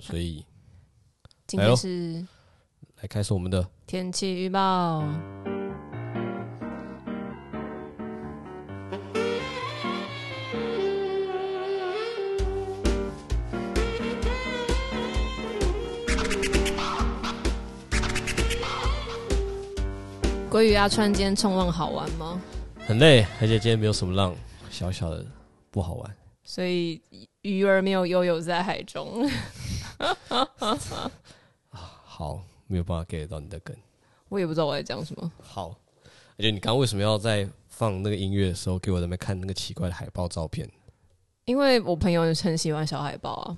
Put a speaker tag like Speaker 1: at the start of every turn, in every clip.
Speaker 1: 所以
Speaker 2: 今
Speaker 1: 来咯
Speaker 2: 天是
Speaker 1: 来开始我们的
Speaker 2: 天气预报。鲑鱼阿川今天冲浪好玩吗？
Speaker 1: 很累，而且今天没有什么浪，小小的不好玩。
Speaker 2: 所以鱼儿没有游泳在海中。
Speaker 1: 好，没有办法 get 到你的梗。
Speaker 2: 我也不知道我在讲什么。
Speaker 1: 好，而且你刚刚为什么要在放那个音乐的时候给我在那边看那个奇怪的海报照片
Speaker 2: 因为我朋友很喜欢小海豹啊，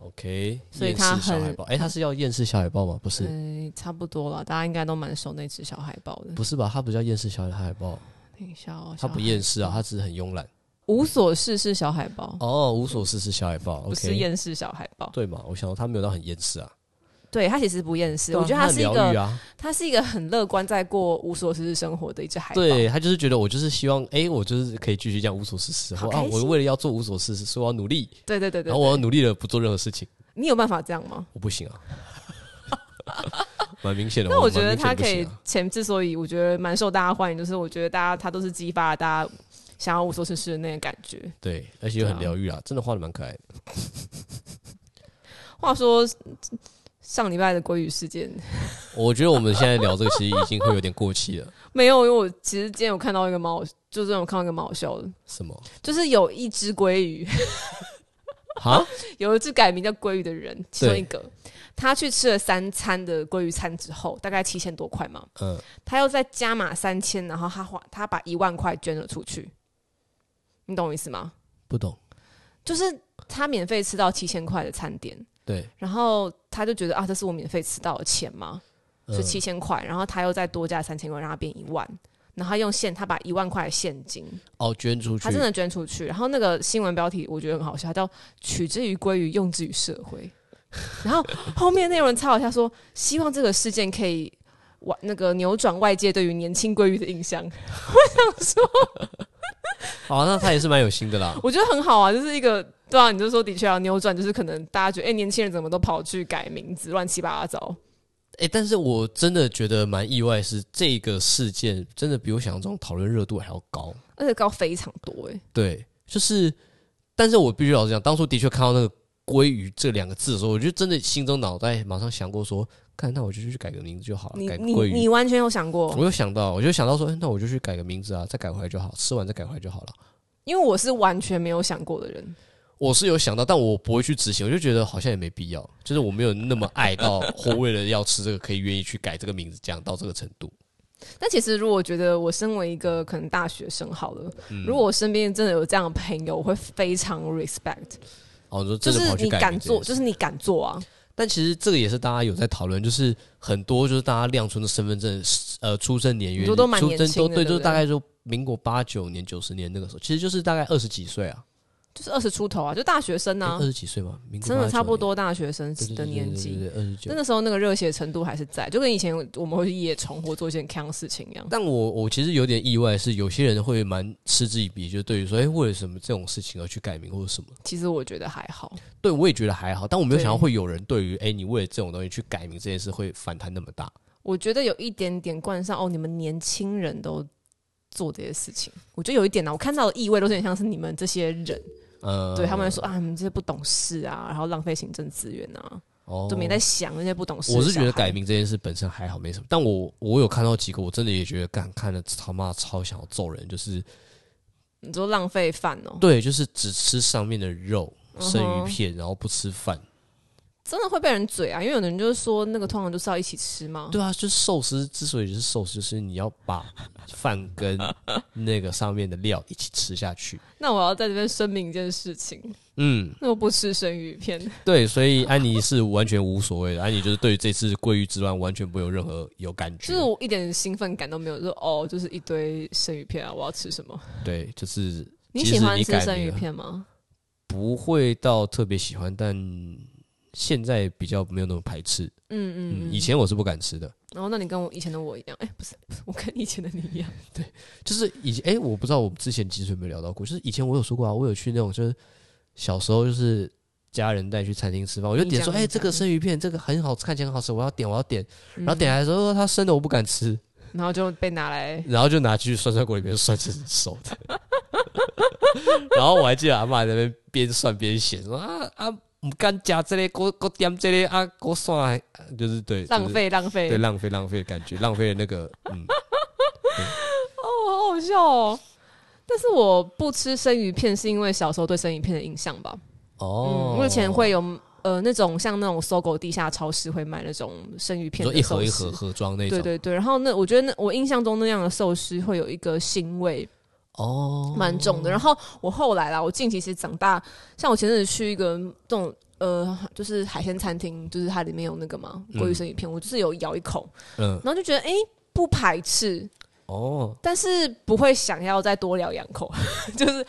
Speaker 1: ？OK，
Speaker 2: 所以
Speaker 1: 厌
Speaker 2: 他
Speaker 1: 世小
Speaker 2: 很
Speaker 1: 海报，哎、他是要厌世小海报吗？不是，
Speaker 2: 对，哎差不多了，大家应该都蛮熟那只小海豹的。
Speaker 1: 不是吧？他不叫厌世小海报，
Speaker 2: 等一下哦，
Speaker 1: 他不
Speaker 2: 小海
Speaker 1: 厌世啊，他只是很慵懒。
Speaker 2: 无所事事小海豹，
Speaker 1: 哦，无所事事小海报
Speaker 2: 不是
Speaker 1: ，OK，
Speaker 2: 厌世小海豹。
Speaker 1: 对嘛？我想到他没有到很厌世啊，
Speaker 2: 对它其实不厌世，
Speaker 1: 对啊
Speaker 2: 我觉得
Speaker 1: 他
Speaker 2: 它
Speaker 1: 很
Speaker 2: 是一
Speaker 1: 疗愈
Speaker 2: 个，
Speaker 1: 啊，
Speaker 2: 它是一个很乐观，在过无所事事生活的一只海豹。
Speaker 1: 对他就是觉得我就是希望，哎、我就是可以继续这样无所事事，
Speaker 2: 好
Speaker 1: 或啊，
Speaker 2: 开心
Speaker 1: 我为了要做无所事事，所以我要努力，
Speaker 2: 对对对对
Speaker 1: 然后我要
Speaker 2: 对，
Speaker 1: 努力了不做任何事情，
Speaker 2: 你有办法这样吗？
Speaker 1: 我不行 啊，蛮明显的。啊
Speaker 2: 那我
Speaker 1: 我
Speaker 2: 觉得它
Speaker 1: 他
Speaker 2: 可以前之所以我觉得蛮受大家欢迎，就是我觉得大家它都是激发大家想要无所事事的那个感觉。
Speaker 1: 对，而且又
Speaker 2: 对啊
Speaker 1: 很疗愈啊，真的画的蛮可爱的。
Speaker 2: 话说上礼拜的鲑鱼事件，
Speaker 1: 我觉得我们现在聊这个其实已经会有点过气了。
Speaker 2: 没有，因为我其实今天有看到一个蛮好，就真的有看到一个蛮好笑的，
Speaker 1: 什 么？
Speaker 2: 就是有一只鲑鱼，
Speaker 1: 哈？
Speaker 2: 有一只改名叫鲑鱼的人，其中一个，他去吃了三餐的鲑鱼餐之后，大概七千多块嘛，
Speaker 1: 嗯，
Speaker 2: 他又再加码三千，然后他花他把一万块捐了出去，你懂我意思吗？
Speaker 1: 不懂。
Speaker 2: 就是他免费吃到七千块的餐点，
Speaker 1: 对，
Speaker 2: 然后他就觉得啊，这是我免费吃到的钱吗？
Speaker 1: 嗯
Speaker 2: 是七千块，然后他又再多加三千块，让他变一万，然后他用现他把一万块的现金。
Speaker 1: 哦，捐出去
Speaker 2: 他，真的捐出去。然后那个新闻标题我觉得很好笑，它叫“取之于鲑鱼，用之于社 会”。然后后面内容超好笑说，希望这个事件可以完那个扭转外界对于年轻鲑鱼的印象。
Speaker 1: 好，哦那他也是蛮有心的啦。
Speaker 2: 我觉得很好啊，就是一个对啊，你就说的确啊，扭转就是可能大家觉得哎、诶年轻人怎么都跑去改名字，乱七八糟。
Speaker 1: 哎、但是我真的觉得蛮意外，是这个事件真的比我想象中讨论热度还要高。
Speaker 2: 而且高非常多哎、诶
Speaker 1: 对，就是，但是我必须老实讲，当初的确看到那个“鲑鱼”这两个字的时候，我就真的心中脑袋马上想过说，看，那我就去改个名字就好了，
Speaker 2: 你
Speaker 1: 改个
Speaker 2: 你
Speaker 1: 鲑
Speaker 2: 你
Speaker 1: 鱼。
Speaker 2: 完全有想过
Speaker 1: 我，又想到，我就想到说，哎那我就去改个名字啊，再改回来就好，吃完再改回来就好了。
Speaker 2: 因为我是完全没有想过的人。
Speaker 1: 我是有想到，但我不会去执行，我就觉得好像也没必要，就是我没有那么爱到 或为了要吃这个可以愿意去改这个名字，这样到这个程度。
Speaker 2: 但其实，如果我觉得我身为一个可能大学生好了，
Speaker 1: 嗯
Speaker 2: 如果我身边真的有这样的朋友，我会非常 respect，
Speaker 1: 哦，你说
Speaker 2: 就
Speaker 1: 真的
Speaker 2: 是
Speaker 1: 跑去
Speaker 2: 你
Speaker 1: 改
Speaker 2: 敢
Speaker 1: 名字
Speaker 2: 做，
Speaker 1: 也
Speaker 2: 就是你敢做啊！
Speaker 1: 但其实这个也是大家有在讨论，就是很多就是大家亮出的身份证，呃，出生年月
Speaker 2: 你
Speaker 1: 日，
Speaker 2: 说都蛮
Speaker 1: 出
Speaker 2: 年
Speaker 1: 生
Speaker 2: 轻
Speaker 1: 都
Speaker 2: 的
Speaker 1: 对，
Speaker 2: 对不
Speaker 1: 就是
Speaker 2: 对
Speaker 1: 大概就民国八九年、九十年那个时候，其实就是大概二十几岁啊，
Speaker 2: 就是二十出头啊，就大学生啊
Speaker 1: 二，十几岁嘛，民国
Speaker 2: 真的
Speaker 1: 89
Speaker 2: 差不多大学生
Speaker 1: 年
Speaker 2: 的年纪。
Speaker 1: 对对对对对对，二十
Speaker 2: 那
Speaker 1: 九。
Speaker 2: 个时候那个热血程度还是在，就跟以前我们会去夜冲或做一些坑事情一样。
Speaker 1: 但我我其实有点意外，是有些人会蛮嗤之以鼻，就对于说，哎、为了什么这种事情而去改名或者什么？
Speaker 2: 其实我觉得还好，
Speaker 1: 对我也觉得还好，但我没有
Speaker 2: 对
Speaker 1: 想到会有人对于，哎、你为了这种东西去改名这件事会反弹那么大。
Speaker 2: 我觉得有一点点冠上哦，你们年轻人都做这些事情，我觉得有一点啊呢、我看到的意味都是很像是你们这些人，
Speaker 1: 呃，
Speaker 2: 对他们会说啊，你们这些不懂事啊，然后浪费行政资源啊，
Speaker 1: 哦
Speaker 2: 都没在想那些不懂事。
Speaker 1: 我是觉得改，名这件事本身还好，没什么。但我我有看到几个，我真的也觉得干看了他妈超想要揍人，就是
Speaker 2: 你说浪费饭哦，
Speaker 1: 对，就是只吃上面的肉、
Speaker 2: 嗯哼嗯
Speaker 1: 生鱼片，然后不吃饭。
Speaker 2: 真的会被人嘴啊，因为有的人就是说那个通常就是要一起吃嘛。
Speaker 1: 对啊，就是寿司之所以是寿司，就是你要把饭跟那个上面的料一起吃下去。
Speaker 2: 那我要在这边声明一件事情，
Speaker 1: 嗯，
Speaker 2: 那我不吃生鱼片，
Speaker 1: 对，所以安妮是完全无所谓的，安妮就是对于这次鲑鱼之乱完全不会有任何有感觉，
Speaker 2: 就是我一点兴奋感都没有，就哦，就是一堆生鱼片啊，我要吃什么？
Speaker 1: 对，就是
Speaker 2: 你
Speaker 1: 即使
Speaker 2: 喜欢
Speaker 1: 你
Speaker 2: 吃
Speaker 1: 改
Speaker 2: 生
Speaker 1: 名
Speaker 2: 鱼
Speaker 1: 了
Speaker 2: 片吗？
Speaker 1: 不会到特别喜欢，但现在比较没有那么排斥。
Speaker 2: 嗯
Speaker 1: 嗯，
Speaker 2: 嗯
Speaker 1: 以
Speaker 2: 嗯。
Speaker 1: 前我是不敢吃的，
Speaker 2: 然后那你跟我以前的我一样，哎、不是，不是我跟以前的你 一样，
Speaker 1: 就是以前哎、我不知道我们之前几水有没有聊到过，就是以前我有说过啊，我有去那种就是小时候就是家人带去餐厅吃饭，我就点说，
Speaker 2: 你讲
Speaker 1: 哎、
Speaker 2: 你
Speaker 1: 这个
Speaker 2: 讲
Speaker 1: 生鱼片，这个很好，看起来很好吃，我要点，我要点。
Speaker 2: 嗯
Speaker 1: 然后点来的时候，他生的我不敢吃，
Speaker 2: 然后就被拿来
Speaker 1: 然后就拿去涮涮锅里面涮成熟的。 然后我还记得阿妈在那边边涮边嫌说啊啊，唔敢加这类，锅锅点这类啊，锅涮的，啊就是对
Speaker 2: 浪，费浪
Speaker 1: 就是
Speaker 2: 费
Speaker 1: 对，浪费浪费的感觉，浪费了那个嗯，
Speaker 2: 哦，好好笑哦。但是我不吃生鱼片，是因为小时候对生鱼片的影响吧。
Speaker 1: 哦
Speaker 2: 嗯，，我以前会有呃那种像那种搜狗地下超市会卖那种生鱼
Speaker 1: 你
Speaker 2: 片
Speaker 1: 说
Speaker 2: 的
Speaker 1: 一盒一
Speaker 2: 寿
Speaker 1: 盒
Speaker 2: 司
Speaker 1: 盒装那种，
Speaker 2: 对对对。然后那我觉得那我印象中那样的寿司会有一个腥味，
Speaker 1: 哦，
Speaker 2: 蛮重的。然后我后来啦，我近期其实长大，像我前阵子去一个这种呃，就是海鲜餐厅，就是它里面有那个嘛
Speaker 1: 嗯
Speaker 2: 鲑鱼生鱼片，我就是有咬一口，
Speaker 1: 嗯，
Speaker 2: 然后就觉得诶不排斥，
Speaker 1: 哦
Speaker 2: 但是不会想要再多咬两口， 就是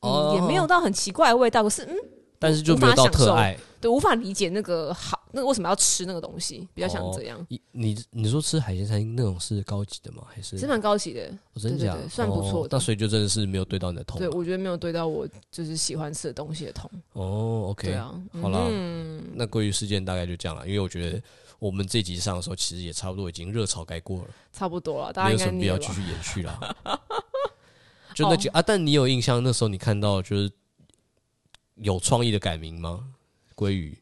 Speaker 1: 哦
Speaker 2: 嗯，也没有，到很奇怪的味道，可是嗯，
Speaker 1: 但是就没有到特爱。
Speaker 2: 对，无法理解那个好，那个为什么要吃那个东西，比较像
Speaker 1: 哦
Speaker 2: 这样，
Speaker 1: 你你你说吃海鲜餐厅那种是高级的吗？还是
Speaker 2: 其实蛮高级的。
Speaker 1: 我真
Speaker 2: 对对
Speaker 1: 假
Speaker 2: 对算不
Speaker 1: 哦
Speaker 2: 错的
Speaker 1: 那所以就真的是没有对到你的痛啊
Speaker 2: 对，
Speaker 1: 嘛。
Speaker 2: 我觉得没有对到我就是喜欢吃的东西的痛。
Speaker 1: 哦
Speaker 2: 对
Speaker 1: ，OK，
Speaker 2: 啊，
Speaker 1: 好啦
Speaker 2: 嗯，
Speaker 1: 那鲑鱼事件大概就这样了。因为我觉得我们这集上的时候，其实也差不多已经热潮该过了，
Speaker 2: 差不多了，大
Speaker 1: 没有什
Speaker 2: 家应该
Speaker 1: 么必
Speaker 2: 腻
Speaker 1: 要
Speaker 2: 了
Speaker 1: 继
Speaker 2: 吧。
Speaker 1: 续延续了。 就那几啊，但你有印象那时候你看到就是有创意的改名吗？鲑鱼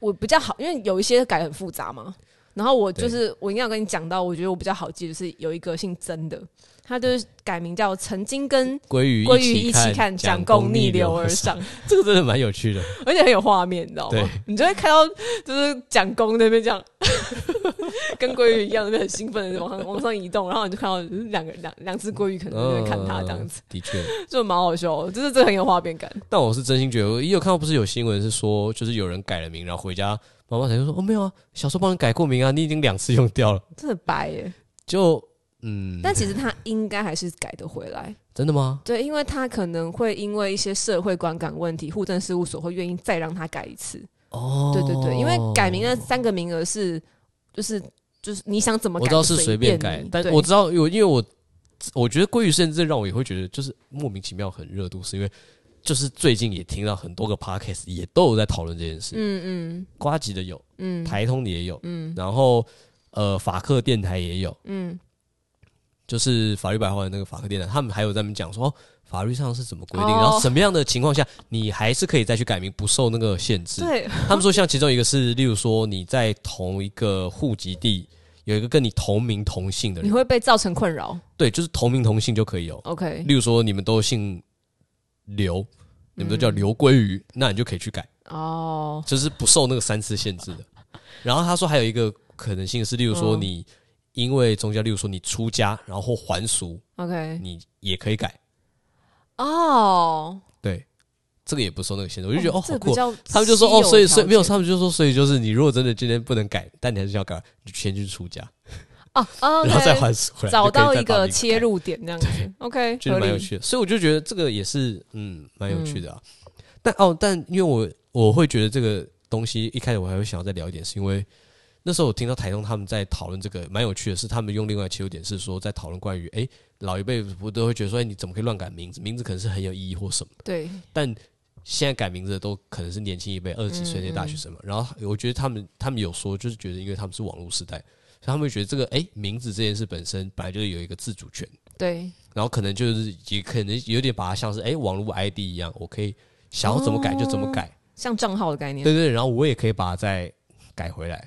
Speaker 2: 我比较好，因为有一些改很复杂嘛。然后我就是我应该有跟你讲到，我觉得我比较好记，就是有一个姓曾的，他就是改名叫曾经跟
Speaker 1: 鲑鱼
Speaker 2: 鲑鱼一起看
Speaker 1: 蒋
Speaker 2: 蒋
Speaker 1: 公
Speaker 2: 公
Speaker 1: 逆
Speaker 2: 逆
Speaker 1: 流
Speaker 2: 流而上，，
Speaker 1: 这个真的蛮有趣 的。
Speaker 2: 而且很有画面，你知道
Speaker 1: 对
Speaker 2: 吗？你就会看到就是蒋公那边这样， 跟鲑鱼一样，那边很兴奋的往上往上移动，然后你就看到嗯两个两两只鲑鱼可能在那边看他这样子，
Speaker 1: 嗯，的确。
Speaker 2: 就蛮好笑的，就是这个很有画面感。
Speaker 1: 但我是真心觉得，也有看到不是有新闻是说，就是有人改了名，然后回家妈妈才就说：“哦，没有啊，小时候帮你改过名啊，你已经两次用掉了。
Speaker 2: 真的白耶，”
Speaker 1: 就嗯，
Speaker 2: 但其实他应该还是改得回来，
Speaker 1: 真的吗？
Speaker 2: 对，因为他可能会因为一些社会观感问题，户政事务所会愿意再让他改一次。
Speaker 1: 哦，
Speaker 2: 对对对，因为改名的三个名额是，就是就是你想怎么改
Speaker 1: 我知道
Speaker 2: 就是
Speaker 1: 随便
Speaker 2: 便
Speaker 1: 改
Speaker 2: 你，
Speaker 1: 但
Speaker 2: 对
Speaker 1: 我知道有，因为我我觉得鲑鱼甚至让我也会觉得就是莫名其妙很热度，是因为就是最近也听到很多个 podcast 也都有在讨论这件事，
Speaker 2: 嗯
Speaker 1: 瓜吉的有，
Speaker 2: 嗯嗯
Speaker 1: 台通的也有，
Speaker 2: 嗯
Speaker 1: 然后呃法克电台也有。
Speaker 2: 嗯，
Speaker 1: 就是法律白话的那个法科电台，他们还有在那边讲说、哦，法律上是怎么规定，
Speaker 2: 哦
Speaker 1: 然后什么样的情况下你还是可以再去改名，不受那个限制。
Speaker 2: 对，
Speaker 1: 他们说，像其中一个是，例如说你在同一个户籍地有一个跟你同名同姓的
Speaker 2: 你
Speaker 1: 人，
Speaker 2: 会被造成困扰。
Speaker 1: 对，就是同名同姓就可以有。
Speaker 2: OK，
Speaker 1: 例如说你们都姓刘，你们都叫刘鲑鱼，那你就可以去改，
Speaker 2: 哦，
Speaker 1: 就是不受那个三次限制的。然后他说还有一个可能性是，例如说
Speaker 2: 嗯
Speaker 1: 你因为宗教，例如说你出家，然后或还俗，
Speaker 2: OK，
Speaker 1: 你也可以改。
Speaker 2: 哦，
Speaker 1: 对，这个也不受那个限制，我就觉得哦
Speaker 2: 这
Speaker 1: 好
Speaker 2: 个比
Speaker 1: 酷。
Speaker 2: 较
Speaker 1: 他们就说
Speaker 2: 稀有
Speaker 1: 哦，所以
Speaker 2: 条
Speaker 1: 所以没有，
Speaker 2: 件
Speaker 1: 他们就说所以就是你如果真的今天不能改，但你还是要改，你就先去出家，
Speaker 2: 哦哦，
Speaker 1: 然后再
Speaker 2: OK，
Speaker 1: 还俗回来，
Speaker 2: 找到
Speaker 1: 就可以再
Speaker 2: 一个
Speaker 1: 把名
Speaker 2: 切
Speaker 1: 改，
Speaker 2: 入点这样子。OK，
Speaker 1: 就是
Speaker 2: 合
Speaker 1: 蛮有
Speaker 2: 理。
Speaker 1: 趣的。所以我就觉得这个也是嗯蛮有趣的啊。
Speaker 2: 嗯
Speaker 1: 但哦，但因为我我会觉得这个东西一开始我还会想要再聊一点，是因为那时候我听到台东他们在讨论这个蛮有趣的是，他们用另外切入点是说在讨论关于诶老一辈不都会觉得说哎你怎么可以乱改名字，名字可能是很有意义或什么。
Speaker 2: 对，
Speaker 1: 但现在改名字的都可能是年轻一辈二
Speaker 2: 嗯
Speaker 1: 十几岁那些大学生嘛。然后我觉得他们他们有说，就是觉得因为他们是网络时代，所以他们会觉得这个诶名字这件事本身本来就是有一个自主权，
Speaker 2: 对，
Speaker 1: 然后可能就是也可能有点把它像是诶哎网络 ID 一样，我可以想要怎么改就怎么改，
Speaker 2: 像账号的概念，
Speaker 1: 对对，对然后我也可以把它再改回来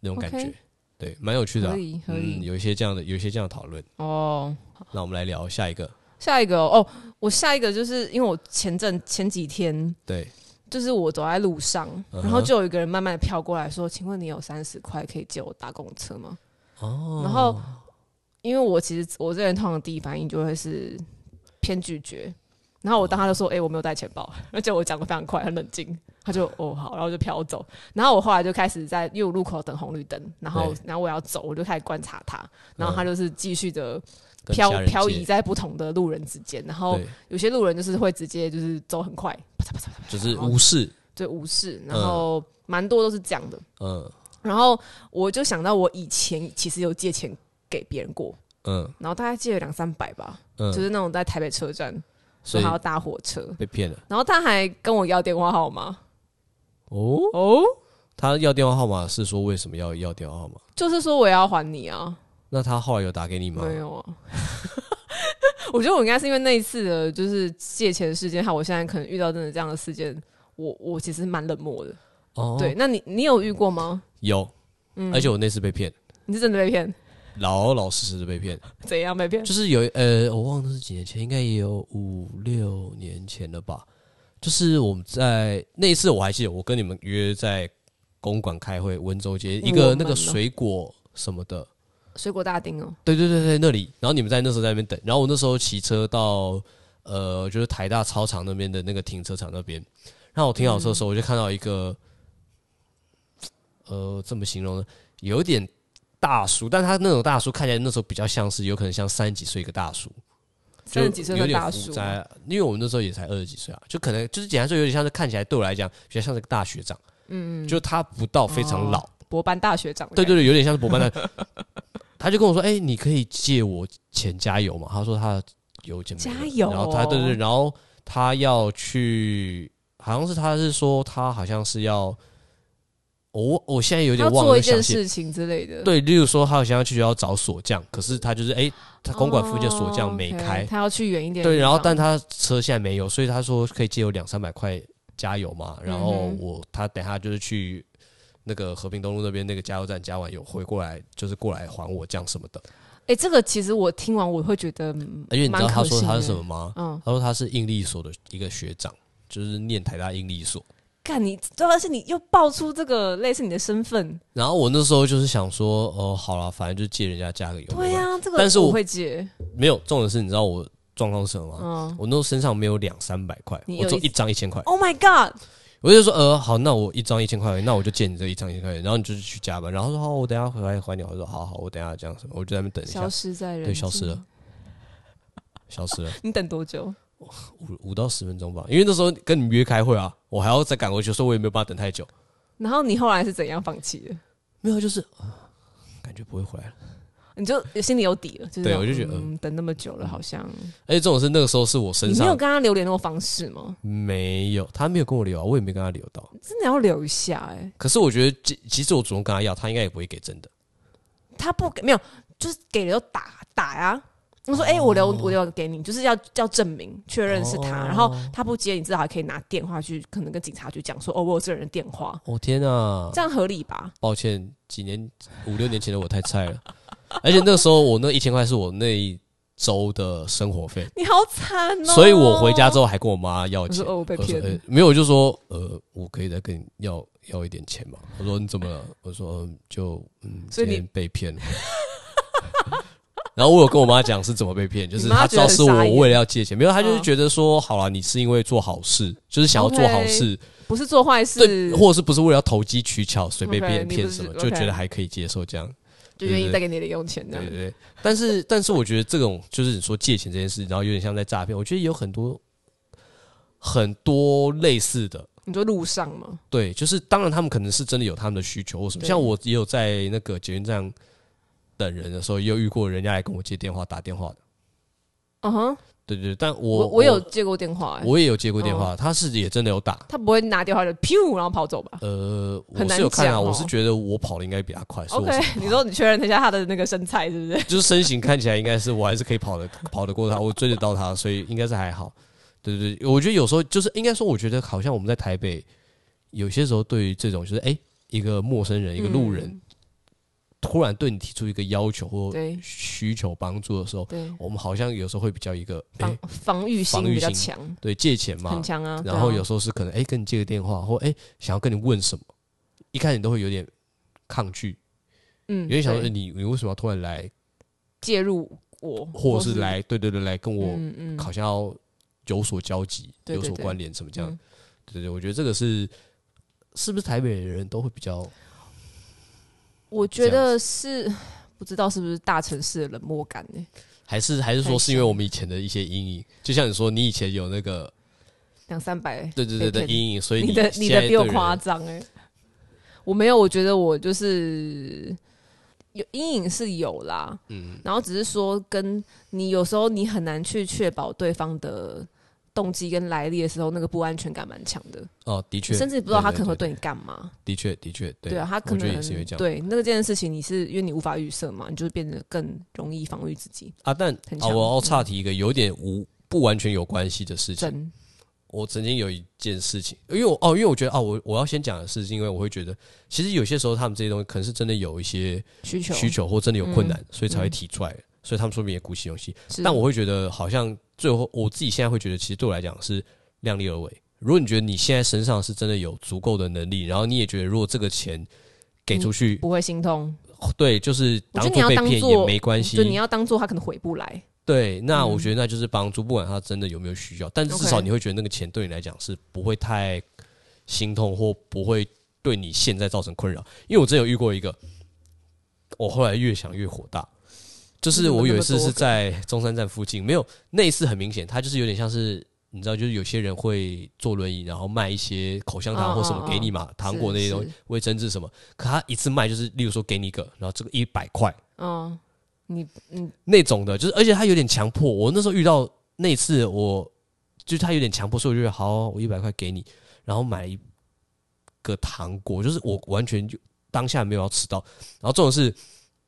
Speaker 1: 那种感觉
Speaker 2: OK
Speaker 1: 对，蛮有趣的啊、
Speaker 2: 合理合
Speaker 1: 嗯，
Speaker 2: 理。
Speaker 1: 有一些这样的有一些这样的讨论。
Speaker 2: 哦，
Speaker 1: 那我们来聊下一个，
Speaker 2: 下一个哦，哦我下一个就是因为我前阵前几天。
Speaker 1: 对，
Speaker 2: 就是我走在路上，
Speaker 1: 嗯哼
Speaker 2: 然后就有一个人慢慢的飘过来说：“请问你有三十块可以借我搭公车吗？”
Speaker 1: 哦，
Speaker 2: 然后，因为我其实我这个人通常第一反应就会是偏拒绝，然后我当他就说：“哎、我没有带钱包。” 而且我讲的非常快，很冷静，他就哦好，然后就飘走。然后我后来就开始在右路口等红绿灯，然后
Speaker 1: 对嗯
Speaker 2: 然后我要走，我就开始观察他，然后他就是继续的
Speaker 1: 跟
Speaker 2: 飘
Speaker 1: 家人
Speaker 2: 漂
Speaker 1: 借
Speaker 2: 移在不同的路人之间，然后
Speaker 1: 对，
Speaker 2: 有些路人就是会直接就是走很快，啪嚓啪嚓啪嚓啪嚓
Speaker 1: 就是
Speaker 2: 然后
Speaker 1: 无视，
Speaker 2: 对无视，然后蛮多都是这样的。
Speaker 1: 嗯
Speaker 2: 然后我就想到我以前其实有借钱给别人过，
Speaker 1: 嗯
Speaker 2: 然后大概借了两三百吧，
Speaker 1: 嗯，
Speaker 2: 就是那种在台北车站，
Speaker 1: 所
Speaker 2: 说
Speaker 1: 以
Speaker 2: 他要搭火车，
Speaker 1: 被骗了
Speaker 2: 然后他还跟我要电话号码。
Speaker 1: 哦。
Speaker 2: 哦，
Speaker 1: 他要电话号码是说为什么要要电话号码？
Speaker 2: 就是说我也要还你啊，
Speaker 1: 那他后来有打给你吗？
Speaker 2: 没有啊。 我觉得我应该是因为那一次的就是借钱事件，还有我现在可能遇到真的这样的事件，我我其实蛮冷漠的。
Speaker 1: 哦，
Speaker 2: 对，，嗯那你你有遇过吗？
Speaker 1: 有，而且我那次被骗，
Speaker 2: 你是真的被骗？
Speaker 1: 老老实实的被骗，
Speaker 2: 怎样被骗？
Speaker 1: 就是有呃，我忘了是几年前，应该也有五六年前了吧。就是我们在那一次我还记得，我跟你们约在公馆开会，温州街一
Speaker 2: 我
Speaker 1: 个
Speaker 2: 们
Speaker 1: 那个
Speaker 2: 呢
Speaker 1: 水果什么的，
Speaker 2: 水果大丁哦，
Speaker 1: 对对对对，那里。然后你们在那时候在那边等，然后我那时候骑车到呃，就是台大操场那边的那个停车场那边。然后我停好车的时候，我就看到一个，呃，怎么形容呢？有点大叔，但他那种大叔看起来那时候比较像是有可能像三十几岁一个大叔，就
Speaker 2: 三十几岁
Speaker 1: 有
Speaker 2: 的
Speaker 1: 点
Speaker 2: 大
Speaker 1: 胡
Speaker 2: 叔，
Speaker 1: 渣因为我们那时候也才二十几岁啊，就可能就是简单说有点像是看起来对我来讲比较像是个大学长，嗯，就他不到非常老，
Speaker 2: 博班大学长的
Speaker 1: 对
Speaker 2: 感觉。
Speaker 1: 对对，有点像是博班的。他就跟我说：“哎、你可以借我钱加油嘛？”他说他有钱没了
Speaker 2: 加油
Speaker 1: 然后他对对对，然后他要去，好像是他是说他好像是要，我我现在有
Speaker 2: 他要
Speaker 1: 点忘
Speaker 2: 做
Speaker 1: 了
Speaker 2: 一件
Speaker 1: 详细。
Speaker 2: 事情之类的。
Speaker 1: 对，例如说他好像要去要找锁匠，可是他就是哎、他
Speaker 2: 哦，
Speaker 1: 公馆附近的锁匠没
Speaker 2: OK，
Speaker 1: 开，
Speaker 2: 他要去远一点的地方。
Speaker 1: 对，然后但他车现在没有，所以他说可以借我两三百块加油嘛，然后
Speaker 2: 嗯哼
Speaker 1: 我他等下就是去那个和平东路那边那个加油站加完油回过来，就是过来还我这样什么的。
Speaker 2: 哎，这个其实我听完我会觉得，嗯
Speaker 1: 而且你知道他说他是什？么
Speaker 2: 蛮可惜的
Speaker 1: 吗？
Speaker 2: 嗯，
Speaker 1: 他说他是应力所的一个学长，就是念台大应力所。
Speaker 2: 干你，主要是你又爆出这个类似你的身份，
Speaker 1: 然后我那时候就是想说，哦、好了，反正就借人家加个油。
Speaker 2: 对呀、这个
Speaker 1: 但是我
Speaker 2: 我会接，
Speaker 1: 没有重点是，你知道我状况是什么吗？
Speaker 2: 嗯
Speaker 1: 我那时候身上没有两三百块，
Speaker 2: 你
Speaker 1: 我
Speaker 2: 有
Speaker 1: 只有
Speaker 2: 一
Speaker 1: 一张一千块。
Speaker 2: ，Oh my God，
Speaker 1: 我就说呃好，那我一张一千块，那我就借你这一张一千块，然后你就是去加班，然后说好，哦我等一下回来还你。我说好好，我等一下这样子，我就在那边等一
Speaker 2: 消
Speaker 1: 下，
Speaker 2: 失在人，
Speaker 1: 对，消失了。，消失了
Speaker 2: 你等多久？
Speaker 1: 五五到十分钟吧，因为那时候跟你们约开会啊，我还要再赶回去，所以我也没有办法等太久。
Speaker 2: 然后你后来是怎样放弃的？
Speaker 1: 没有，就是、啊感觉不会回来了。
Speaker 2: 你就心里有底了，就是
Speaker 1: 对
Speaker 2: 那种
Speaker 1: 我就觉得
Speaker 2: 嗯，等那么久了，好像
Speaker 1: 而且哎这种是那个时候是我身
Speaker 2: 你没有
Speaker 1: 上
Speaker 2: 跟他留联络方式吗？
Speaker 1: 没有，他没有跟我聊啊，我也没跟他聊到。
Speaker 2: 真的要留一下哎、
Speaker 1: 可是我觉得，其其实我主动跟他要，他应该也不会给真的。
Speaker 2: 他不给，没有，就是给了就打打呀、我
Speaker 1: 哦
Speaker 2: 说：“哎、我留我留给你，就是要要证明确认是他。
Speaker 1: 哦
Speaker 2: 然后他不接，你至少还可以拿电话去，可能跟警察局讲说：‘哦，我有这个人的电话。
Speaker 1: 我、天啊’，
Speaker 2: 这样合理吧？
Speaker 1: 抱歉，几年五六年前的我太菜了， 而且那时候我那一千块是我那一周的生活费，
Speaker 2: 你好惨哦！
Speaker 1: 所以我回家之后还跟我妈要
Speaker 2: 我
Speaker 1: 钱
Speaker 2: 说。哦，我被
Speaker 1: 我说
Speaker 2: 骗了
Speaker 1: 呃。没有，我就说呃，我可以再跟你要要一点钱嘛。我说你怎么了？我说、嗯、就嗯，
Speaker 2: 所以你
Speaker 1: 今天被骗了。 然后我有跟我妈讲是怎么被骗，就是
Speaker 2: 你妈
Speaker 1: 她知道是
Speaker 2: 觉得很傻
Speaker 1: 我
Speaker 2: 眼
Speaker 1: 为了要借钱，没有，她就是
Speaker 2: 嗯
Speaker 1: 觉得说好了，你是因为做好事，就是想要做好
Speaker 2: OK
Speaker 1: 事，
Speaker 2: 不是做坏
Speaker 1: 对，
Speaker 2: 事，
Speaker 1: 或者是不是为了要投机取巧，随便
Speaker 2: OK，
Speaker 1: 骗
Speaker 2: 你
Speaker 1: 骗
Speaker 2: 不是
Speaker 1: 什么，
Speaker 2: OK
Speaker 1: 就觉得还可以接受这样。
Speaker 2: 就愿意再给你零用钱这
Speaker 1: 对
Speaker 2: 样
Speaker 1: 对。对，但是但是我觉得这种就是你说借钱这件事，然后有点像在诈骗，我觉得有很多很多类似的。
Speaker 2: 你说路上吗？
Speaker 1: 对，就是当然他们可能是真的有他们的需求或什么，
Speaker 2: 对
Speaker 1: 像我也有在那个捷运站等人的时候，也有遇过人家来跟我接电话打电话的。
Speaker 2: 嗯哼，
Speaker 1: 对对，对但我
Speaker 2: 我我有接过电话、欸，
Speaker 1: 我也有接过电话，他是也真的有打。
Speaker 2: 他不会拿电话就 噗然后跑走吧
Speaker 1: 呃，我
Speaker 2: 很难
Speaker 1: 是有看啊，
Speaker 2: 讲哦
Speaker 1: 我是觉得我跑的应该比他快，所以我
Speaker 2: ？OK，
Speaker 1: 是啊
Speaker 2: 你说你确认一下他的那个身材是不是？
Speaker 1: 就是身形看起来应该是我还是可以跑得跑得过他，我追得到他，所以应该是还好。对对对，我觉得有时候就是应该说，我觉得好像我们在台北有些时候对于这种就是哎、诶一个陌生人一个路人、
Speaker 2: 嗯
Speaker 1: 突然对你提出一个要求或
Speaker 2: 对
Speaker 1: 需求帮助的时候，
Speaker 2: 对，
Speaker 1: 我们好像有时候会比较一个哎、
Speaker 2: 防防御性
Speaker 1: 防御
Speaker 2: 比较
Speaker 1: 性
Speaker 2: 强，
Speaker 1: 对借钱嘛
Speaker 2: 很，强啊。
Speaker 1: 然后
Speaker 2: 对啊
Speaker 1: 有时候是可能哎、诶跟你借个电话或哎、诶想要跟你问什么，一开始你都会有点抗拒，
Speaker 2: 嗯
Speaker 1: 有点想说、
Speaker 2: 对
Speaker 1: 诶你你为什么要突然来，
Speaker 2: 介入我，
Speaker 1: 或者是来对对对来跟我
Speaker 2: 嗯嗯
Speaker 1: 好像要有所交集、
Speaker 2: 对对
Speaker 1: 有所
Speaker 2: 对
Speaker 1: 关联，什么这样？
Speaker 2: 嗯
Speaker 1: 对对对，我觉得这个是是不是台北人都会比较
Speaker 2: 我觉得是不知道是不是大城市的冷漠感呢、
Speaker 1: 还是还是
Speaker 2: 还
Speaker 1: 说
Speaker 2: 是
Speaker 1: 是因为我们以前的一些阴影，就像你说，你以前有那个
Speaker 2: 两三百，
Speaker 1: 对对对
Speaker 2: 被
Speaker 1: 的
Speaker 2: 骗
Speaker 1: 阴影，所以
Speaker 2: 你的
Speaker 1: 现
Speaker 2: 你
Speaker 1: 在
Speaker 2: 的比我
Speaker 1: 对人
Speaker 2: 夸张哎，我没有，我觉得我就是有阴影是有啦，嗯，然后只是说跟你有时候你很难去确保对方的动机跟来历的时候，那个不安全感蛮强的，
Speaker 1: 哦，的确，
Speaker 2: 甚至不知道他可能会
Speaker 1: 对
Speaker 2: 对你干嘛。
Speaker 1: 的确，的确，对
Speaker 2: 对啊，他可
Speaker 1: 我觉
Speaker 2: 能
Speaker 1: 得也是因为这样
Speaker 2: 对那个这件事情，你是因为你无法预设嘛，你就变得更容易防御自己。
Speaker 1: 啊。但
Speaker 2: 很
Speaker 1: 啊，
Speaker 2: 强嗯
Speaker 1: 我要岔题一个有点无不完全有关系的事情。
Speaker 2: 真
Speaker 1: 我曾经有一件事情，因为我哦，因为我觉得哦，我我要先讲的是，因为我会觉得，其实有些时候他们这些东西可能是真的有一些
Speaker 2: 需求嗯
Speaker 1: 需求或真的有困难，所以才会提出来，所以他们说明也鼓起勇气。
Speaker 2: 是
Speaker 1: 但我会觉得，好像最后我自己现在会觉得，其实对我来讲是量力而为。如果你觉得你现在身上是真的有足够的能力，然后你也觉得如果这个钱给出去，
Speaker 2: 嗯不会心痛，
Speaker 1: 对，就是
Speaker 2: 我
Speaker 1: 当
Speaker 2: 觉得
Speaker 1: 做
Speaker 2: 你要
Speaker 1: 被
Speaker 2: 当
Speaker 1: 骗也
Speaker 2: 做
Speaker 1: 没关系
Speaker 2: 就。你要当做他可能回不来，
Speaker 1: 对，那
Speaker 2: 嗯
Speaker 1: 我觉得那就是帮助，不管他真的有没有需要，但至
Speaker 2: OK
Speaker 1: 少你会觉得那个钱对你来讲是不会太心痛，或不会对你现在造成困扰。因为我真有遇过一个，我后来越想越火大，就是
Speaker 2: 嗯
Speaker 1: 我有一次是在中山站附近，没有那一次很明显，他就是有点像是。你知道，就是有些人会坐轮椅，然后卖一些口香糖
Speaker 2: 哦
Speaker 1: 或什么
Speaker 2: 哦
Speaker 1: 给你嘛，糖果那些东西
Speaker 2: 是，
Speaker 1: 卫生纸什么。可他一次卖就是，例如说给你一个，然后这个一百块，
Speaker 2: 嗯，你嗯
Speaker 1: 那种的，就是而且他有点强迫。我那时候遇到那次我，就是他有点强迫，所以我就觉得好，我一百块给你，然后买了一个糖果，就是我完全就当下没有要吃到。然后重点是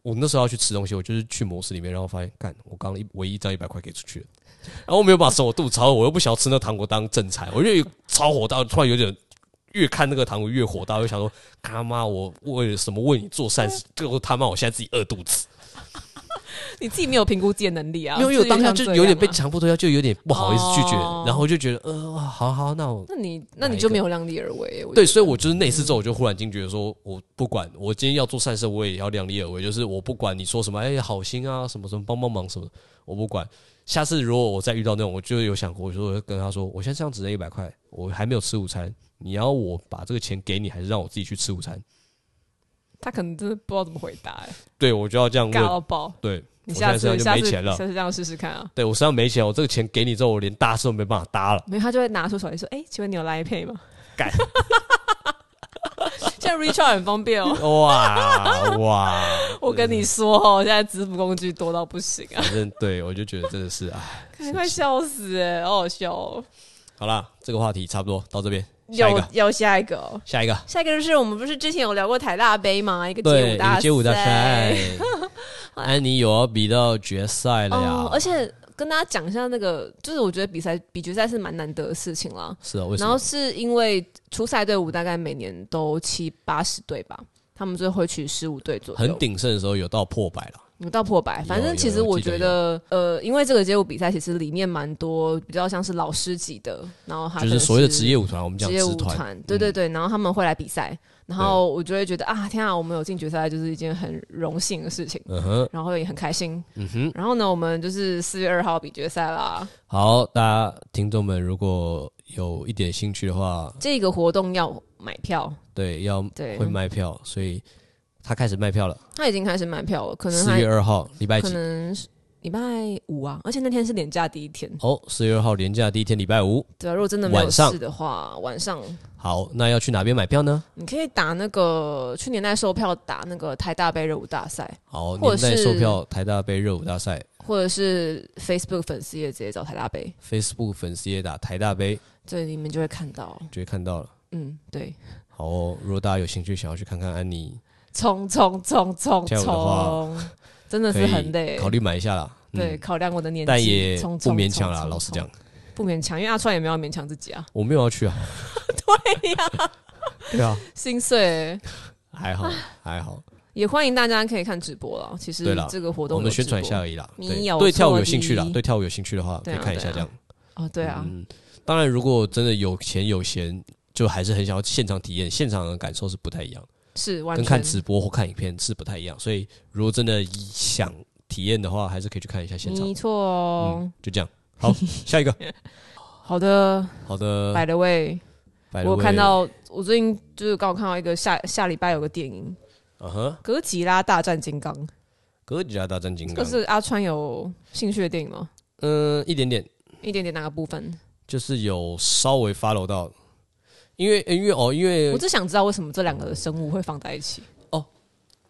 Speaker 1: 我那时候要去吃东西，我就是去摩斯里面，然后发现干，我刚刚一唯一一张一百块给出去了，然后我没有把手我肚子超饿，我又不想要吃那糖果当正餐，我就超火大，突然有点。越看那个糖果越火大，我就想说他妈，我为了什么为你做善事？结果他妈我现在自己饿肚子。
Speaker 2: 你自己没有评估自己的能力啊，
Speaker 1: 因为我
Speaker 2: 至于
Speaker 1: 当下
Speaker 2: 像
Speaker 1: 就
Speaker 2: 这
Speaker 1: 有点
Speaker 2: 样
Speaker 1: 被
Speaker 2: 啊
Speaker 1: 强迫推销，就有点不好意思拒绝，
Speaker 2: 哦
Speaker 1: 然后就觉得呃，哇好好，那我
Speaker 2: 那你那
Speaker 1: 哪
Speaker 2: 你
Speaker 1: 一
Speaker 2: 就
Speaker 1: 个
Speaker 2: 没有量力而为，
Speaker 1: 对，所以我就是那次之后，我就忽然惊觉说，我不管，我今天要做善事，我也要量力而为，就是我不管你说什么，哎，好心啊，什么什么帮帮忙什么的，我不管。下次如果我再遇到那种，我就有想过，我就会跟他说，我现在这样只剩一百块，我还没有吃午餐，你要我把这个钱给你，还是让我自己去吃午餐？
Speaker 2: 他可能真的不知道怎么回答、欸，
Speaker 1: 对，我就要这样
Speaker 2: 尬
Speaker 1: 问。
Speaker 2: 到爆。
Speaker 1: 对，
Speaker 2: 你
Speaker 1: 我
Speaker 2: 下
Speaker 1: 现在身
Speaker 2: 次
Speaker 1: 上
Speaker 2: 下
Speaker 1: 就
Speaker 2: 次
Speaker 1: 没钱
Speaker 2: 下
Speaker 1: 了，
Speaker 2: 次这样试试看啊。
Speaker 1: 对我身上没钱，我这个钱给你之后，我连搭都没办法搭了。
Speaker 2: 没有，他就会拿出手机说：“哎、请问你有 Line Pay 吗？”
Speaker 1: 干，
Speaker 2: 现在 Recharge 很方便 哦。
Speaker 1: 哇哇！
Speaker 2: 我跟你说哦，现在支付工具多到不行啊，
Speaker 1: 反正对我就觉得真的是哎，
Speaker 2: 看快笑死、欸，好好笑哦。
Speaker 1: 好啦，这个话题差不多到这边，下一
Speaker 2: 有
Speaker 1: 个，
Speaker 2: 有下一个、哦，
Speaker 1: 下一个，
Speaker 2: 下一个就是我们不是之前有聊过台大杯吗？一个
Speaker 1: 对，一
Speaker 2: 街舞
Speaker 1: 个
Speaker 2: 大
Speaker 1: 街舞大赛
Speaker 2: 赛，
Speaker 1: 安妮有要比到决赛了
Speaker 2: 哦，而
Speaker 1: 呀，
Speaker 2: 且跟大家讲一下那个，就是我觉得比赛比决赛是蛮难得的事情啦。
Speaker 1: 是啊，为什
Speaker 2: 然后
Speaker 1: 么？
Speaker 2: 是因为初赛队伍大概每年都七八十队吧，他们就会取十五队左右，
Speaker 1: 很鼎盛的时候有到破百了，
Speaker 2: 有到破百。反
Speaker 1: 有
Speaker 2: 正
Speaker 1: 有
Speaker 2: 其实
Speaker 1: 有
Speaker 2: 我
Speaker 1: 记得
Speaker 2: 觉得，呃，因为这个街舞比赛其实里面蛮多比较像是老师级的，然后他
Speaker 1: 就
Speaker 2: 可能
Speaker 1: 是所谓的职业舞团，我们讲
Speaker 2: 职业
Speaker 1: 职
Speaker 2: 舞
Speaker 1: 团，嗯
Speaker 2: 团，对对对，然后他们会来比赛，然后我就会觉得啊，天啊，我们有进决赛就是一件很荣幸的事情。
Speaker 1: 嗯哼，
Speaker 2: 然后也很开心，
Speaker 1: 嗯哼，
Speaker 2: 然后呢，我们就是四月二号比决赛啦。
Speaker 1: 好，大家听众们如果有一点兴趣的话，
Speaker 2: 这个活动要买票，
Speaker 1: 对，要
Speaker 2: 对
Speaker 1: 会卖票，所以他开始卖票了，
Speaker 2: 他已经开始买票了，可能
Speaker 1: 四
Speaker 2: 还
Speaker 1: 月二号礼拜
Speaker 2: 可
Speaker 1: 几？
Speaker 2: 能是礼拜五啊，而且那天是连假第一天，
Speaker 1: 哦，四月二号连假第一天礼拜五，
Speaker 2: 对啊，如果真的没有
Speaker 1: 晚上
Speaker 2: 事的话，晚上
Speaker 1: 好，那要去哪边买票呢？
Speaker 2: 你可以打那个去年代售票打那个台大杯热舞大赛，
Speaker 1: 好，
Speaker 2: 或
Speaker 1: 年
Speaker 2: 者
Speaker 1: 代售
Speaker 2: 是
Speaker 1: 票台大杯热舞大赛
Speaker 2: 或者是 Facebook 粉丝页直接找台大杯，
Speaker 1: ，Facebook 粉丝也打台大杯，
Speaker 2: 这你们就会看到。
Speaker 1: 就会看到了。
Speaker 2: 嗯，对，
Speaker 1: 好哦，如果大家有兴趣想要去看看安妮，
Speaker 2: 冲冲冲冲
Speaker 1: 这样的
Speaker 2: 冲
Speaker 1: 话，
Speaker 2: 真的
Speaker 1: 可
Speaker 2: 是
Speaker 1: 以
Speaker 2: 很累
Speaker 1: 考。虑买一下啦。嗯
Speaker 2: 对，，考量我的年纪，
Speaker 1: 但也
Speaker 2: 冲
Speaker 1: 不勉强啦。
Speaker 2: 冲冲
Speaker 1: 老实讲
Speaker 2: 冲，不勉强，因为阿川也没有勉强自己啊。
Speaker 1: 我没有要去啊。
Speaker 2: 对呀，
Speaker 1: 对啊，
Speaker 2: 心碎欸。
Speaker 1: 还好还好，
Speaker 2: 也欢迎大家可以看直播了。其实
Speaker 1: 对啦
Speaker 2: 这个活动
Speaker 1: 我们
Speaker 2: 有
Speaker 1: 宣
Speaker 2: 直
Speaker 1: 传一
Speaker 2: 播
Speaker 1: 下而已啦。
Speaker 2: 你
Speaker 1: 对，
Speaker 2: 有
Speaker 1: 对跳舞
Speaker 2: 错
Speaker 1: 有兴趣啦
Speaker 2: 的，
Speaker 1: 对跳舞有兴趣的话，可
Speaker 2: 对
Speaker 1: 以
Speaker 2: 啊
Speaker 1: 看一下这样。
Speaker 2: 哦，对啊，
Speaker 1: 嗯，当然，如果真的有钱有闲，就还是很想要现场体验，现场的感受是不太一样的。
Speaker 2: 是完
Speaker 1: 跟
Speaker 2: 全
Speaker 1: 看直播或看影片是不太一样，所以如果真的想体验的话，还是可以去看一下现场
Speaker 2: 没。错哦。
Speaker 1: 嗯，就这样。好，下 一个。
Speaker 2: 好的，
Speaker 1: 好的，
Speaker 2: by the way，
Speaker 1: 拜
Speaker 2: 我有看，到我最近就是刚好看到一个下下礼拜有个电影
Speaker 1: 嗯哼，
Speaker 2: 《哥吉拉大战金刚》，
Speaker 1: 哥吉拉大战金
Speaker 2: 这
Speaker 1: 刚
Speaker 2: 个，是阿川有兴趣的电影吗？
Speaker 1: 嗯，一点点，
Speaker 2: 一点点哪个部分？
Speaker 1: 就是有稍微 follow 到，因为因为哦，因
Speaker 2: 我
Speaker 1: 为
Speaker 2: 只想知道为什么这两个生物会放在一起。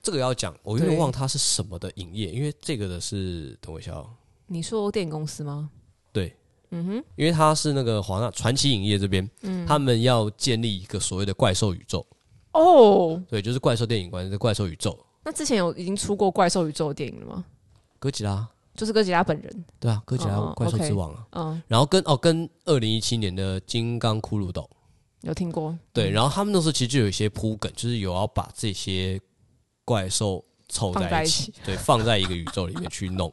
Speaker 1: 这个要讲，我有点
Speaker 2: 对
Speaker 1: 忘它是什么的影业，因为这个的是，等我一下哦，
Speaker 2: 你说电影公司吗？
Speaker 1: 对，
Speaker 2: 嗯哼，
Speaker 1: 因为它是那个华纳传奇影业这边，
Speaker 2: 嗯
Speaker 1: 他们要建立一个所谓的怪兽宇宙，
Speaker 2: 哦，
Speaker 1: 对，就是怪兽电影观的怪兽宇宙，
Speaker 2: 那之前有已经出过怪兽宇宙的电影了吗？
Speaker 1: 哥吉拉，
Speaker 2: 就是哥吉拉本人，
Speaker 1: 对啊，哥吉拉
Speaker 2: 哦
Speaker 1: 怪兽
Speaker 2: OK
Speaker 1: 之王啊，
Speaker 2: 嗯，
Speaker 1: 然后跟哦跟二零一七年的金刚骷髅岛，
Speaker 2: 有听过，
Speaker 1: 对，然后他们那时候其实就有一些铺梗，就是有要把这些怪兽凑
Speaker 2: 放在
Speaker 1: 在一
Speaker 2: 一
Speaker 1: 起
Speaker 2: 起，
Speaker 1: 对，放在一个宇宙里面去 弄。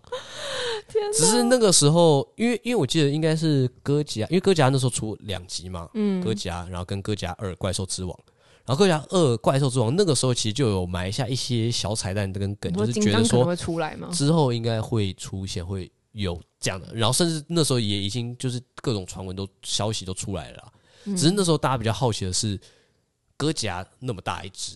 Speaker 1: 只是那个时候，因为因为我记得应该是哥吉拉，因为哥吉拉那时候出两集嘛，
Speaker 2: 嗯
Speaker 1: 哥吉拉，然后跟哥吉拉二怪兽之王，然后哥吉拉二怪兽之王那个时候其实就有埋下一些小彩蛋跟梗，
Speaker 2: 你
Speaker 1: 就
Speaker 2: 说
Speaker 1: 是
Speaker 2: 金
Speaker 1: 觉
Speaker 2: 刚
Speaker 1: 得
Speaker 2: 可能
Speaker 1: 说
Speaker 2: 会出来吗？
Speaker 1: 之后应该会出现会有这样的，然后甚至那时候也已经就是各种传闻都消息都出来了啦，
Speaker 2: 嗯
Speaker 1: 只是那时候大家比较好奇的是，哥吉拉那么大一只，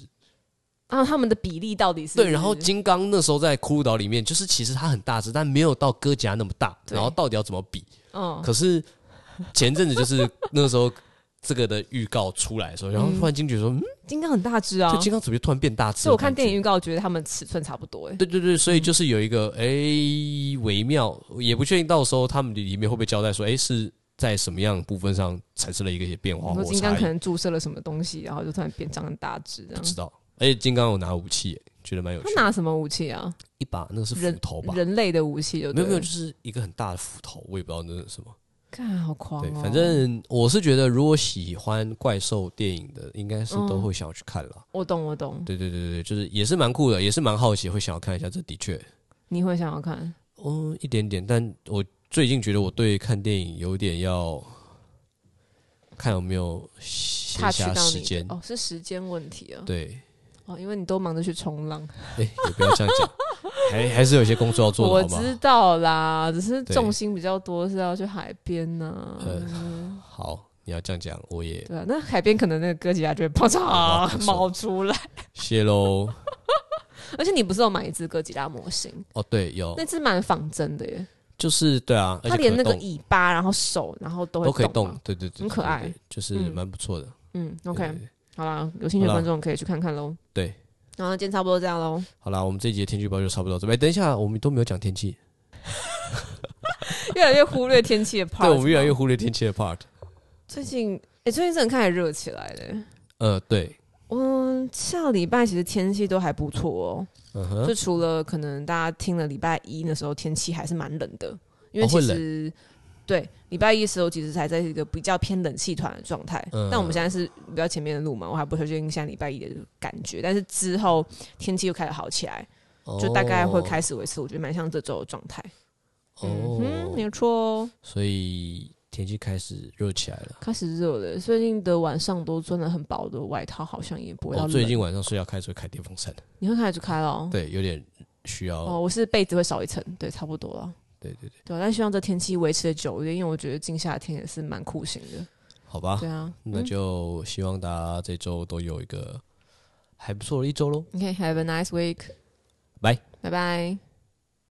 Speaker 2: 啊，他们的比例到底是
Speaker 1: 对，然后金刚那时候在骷髅岛里面，就是其实它很大只，但没有到哥吉拉那么大，
Speaker 2: 对
Speaker 1: 然后到底要怎么比？
Speaker 2: 嗯，
Speaker 1: 可是前阵子就是那时候这个的预告出来的 时候，然后突然惊觉说，嗯，
Speaker 2: 金刚很大只啊
Speaker 1: 这，金刚怎么就突然变大只？
Speaker 2: 所以我看电影。预告觉得他们尺寸差不多，哎，
Speaker 1: 对对对，所以就是有一个哎、微妙，也不确定到时候他们里面会不会交代说，哎、是在什么样的部分上产生了一个些变化
Speaker 2: 你
Speaker 1: 或
Speaker 2: 说嗯金刚
Speaker 1: 差
Speaker 2: 可
Speaker 1: 异，
Speaker 2: 能注射了什么东西，然后就突然变长很大只这
Speaker 1: 不
Speaker 2: 样。
Speaker 1: 知道。而且金刚有拿武器耶、觉得蛮有
Speaker 2: 他
Speaker 1: 趣的。
Speaker 2: 拿什么武器啊？
Speaker 1: 一把那个是斧头吧？
Speaker 2: 人类的武器就
Speaker 1: 没
Speaker 2: 对
Speaker 1: 有没有，
Speaker 2: 了
Speaker 1: 就是一个很大的斧头，我也不知道那是什么。
Speaker 2: 看好狂
Speaker 1: 对
Speaker 2: 哦。，
Speaker 1: 反正我是觉得，如果喜欢怪兽电影的，应该是都会想要去看了。
Speaker 2: 我懂我懂，
Speaker 1: 对对对对，就是也是蛮酷的，也是蛮好奇，会想要看一下。这的确，
Speaker 2: 你会想要看
Speaker 1: 嗯，一点点。但我最近觉得我对看电影有点要看有没有闲
Speaker 2: 踏去
Speaker 1: 暇
Speaker 2: 到
Speaker 1: 时
Speaker 2: 你
Speaker 1: 间
Speaker 2: 的。哦，是时间问题啊。
Speaker 1: 对，
Speaker 2: 哦，因为你都忙着去冲浪，
Speaker 1: 哎、也不要这样 讲，还还是有一些工作要 做
Speaker 2: 我
Speaker 1: 的，好
Speaker 2: 知
Speaker 1: 吗？
Speaker 2: 道啦，只是
Speaker 1: 对呃
Speaker 2: 重心比较多是要去海边呢、嗯
Speaker 1: 好，你要这样讲，我也
Speaker 2: 对啊，那海边可能那个哥吉拉就会啪
Speaker 1: 哇不
Speaker 2: 嚓
Speaker 1: 错
Speaker 2: 冒出来，
Speaker 1: 谢喽。
Speaker 2: 而且你不是有买一只哥吉拉模型，
Speaker 1: 哦，对，有
Speaker 2: 那，只蛮仿真的耶，
Speaker 1: 就是对啊，而
Speaker 2: 它
Speaker 1: 且
Speaker 2: 连
Speaker 1: 可
Speaker 2: 那个
Speaker 1: 动
Speaker 2: 尾巴，然后手，然后都
Speaker 1: 都可以
Speaker 2: 动
Speaker 1: 动
Speaker 2: 嘛。，
Speaker 1: 对对对，
Speaker 2: 很可
Speaker 1: 对对
Speaker 2: 爱
Speaker 1: 对就是
Speaker 2: 嗯
Speaker 1: 蛮不错的。
Speaker 2: 嗯
Speaker 1: 对
Speaker 2: ，OK，
Speaker 1: 对对
Speaker 2: 好啦，有兴趣的
Speaker 1: 好啦
Speaker 2: 观众可以去看看喽。
Speaker 1: 对，
Speaker 2: 然后今天差不多这 样喽，
Speaker 1: 好啦，我们这一节天气预报就差不多到这边。哎等一下，我们都没有讲天气，
Speaker 2: 越来越忽略天气的 part。
Speaker 1: 对，我们越来越忽略天气的 part。
Speaker 2: 最近，哎、最近真的开始热起来了。
Speaker 1: 呃，对，
Speaker 2: 嗯，下礼拜其实天气都还不错哦，
Speaker 1: 嗯哼，
Speaker 2: 就除了可能大家听了礼拜一那时候天气还是蛮冷的，因为
Speaker 1: 哦会
Speaker 2: 其
Speaker 1: 冷
Speaker 2: 实、对礼拜一的时候其实还在一个比较偏冷气团的状态。
Speaker 1: 嗯
Speaker 2: 但我们现在是比较前面的路嘛，我还不确定现在礼拜一的感觉，但是之后天气又开始好起来，就大概会开始维持，我觉得蛮像这周的状态。
Speaker 1: 哦，
Speaker 2: 嗯哼，
Speaker 1: 哦
Speaker 2: 没错哦，
Speaker 1: 所以天气开始热起来了。
Speaker 2: 开始热了，最近的晚上都穿的很薄的外套，好像也不会到
Speaker 1: 我
Speaker 2: 冷。
Speaker 1: 哦最近晚上睡觉开始会开电风扇，
Speaker 2: 你会开始去开了、哦。
Speaker 1: 对，有点需
Speaker 2: 哦，
Speaker 1: 要。
Speaker 2: 我是被子会少一层，对，差不多了。
Speaker 1: 对对对，
Speaker 2: 对，但希望这天气维持的久一点，因为我觉得近夏天也是蛮酷刑的。
Speaker 1: 好吧
Speaker 2: 对，啊，
Speaker 1: 那就希望大家这周都有一个还不错的一周喽。
Speaker 2: OK，have、a nice week，
Speaker 1: 拜
Speaker 2: 拜拜。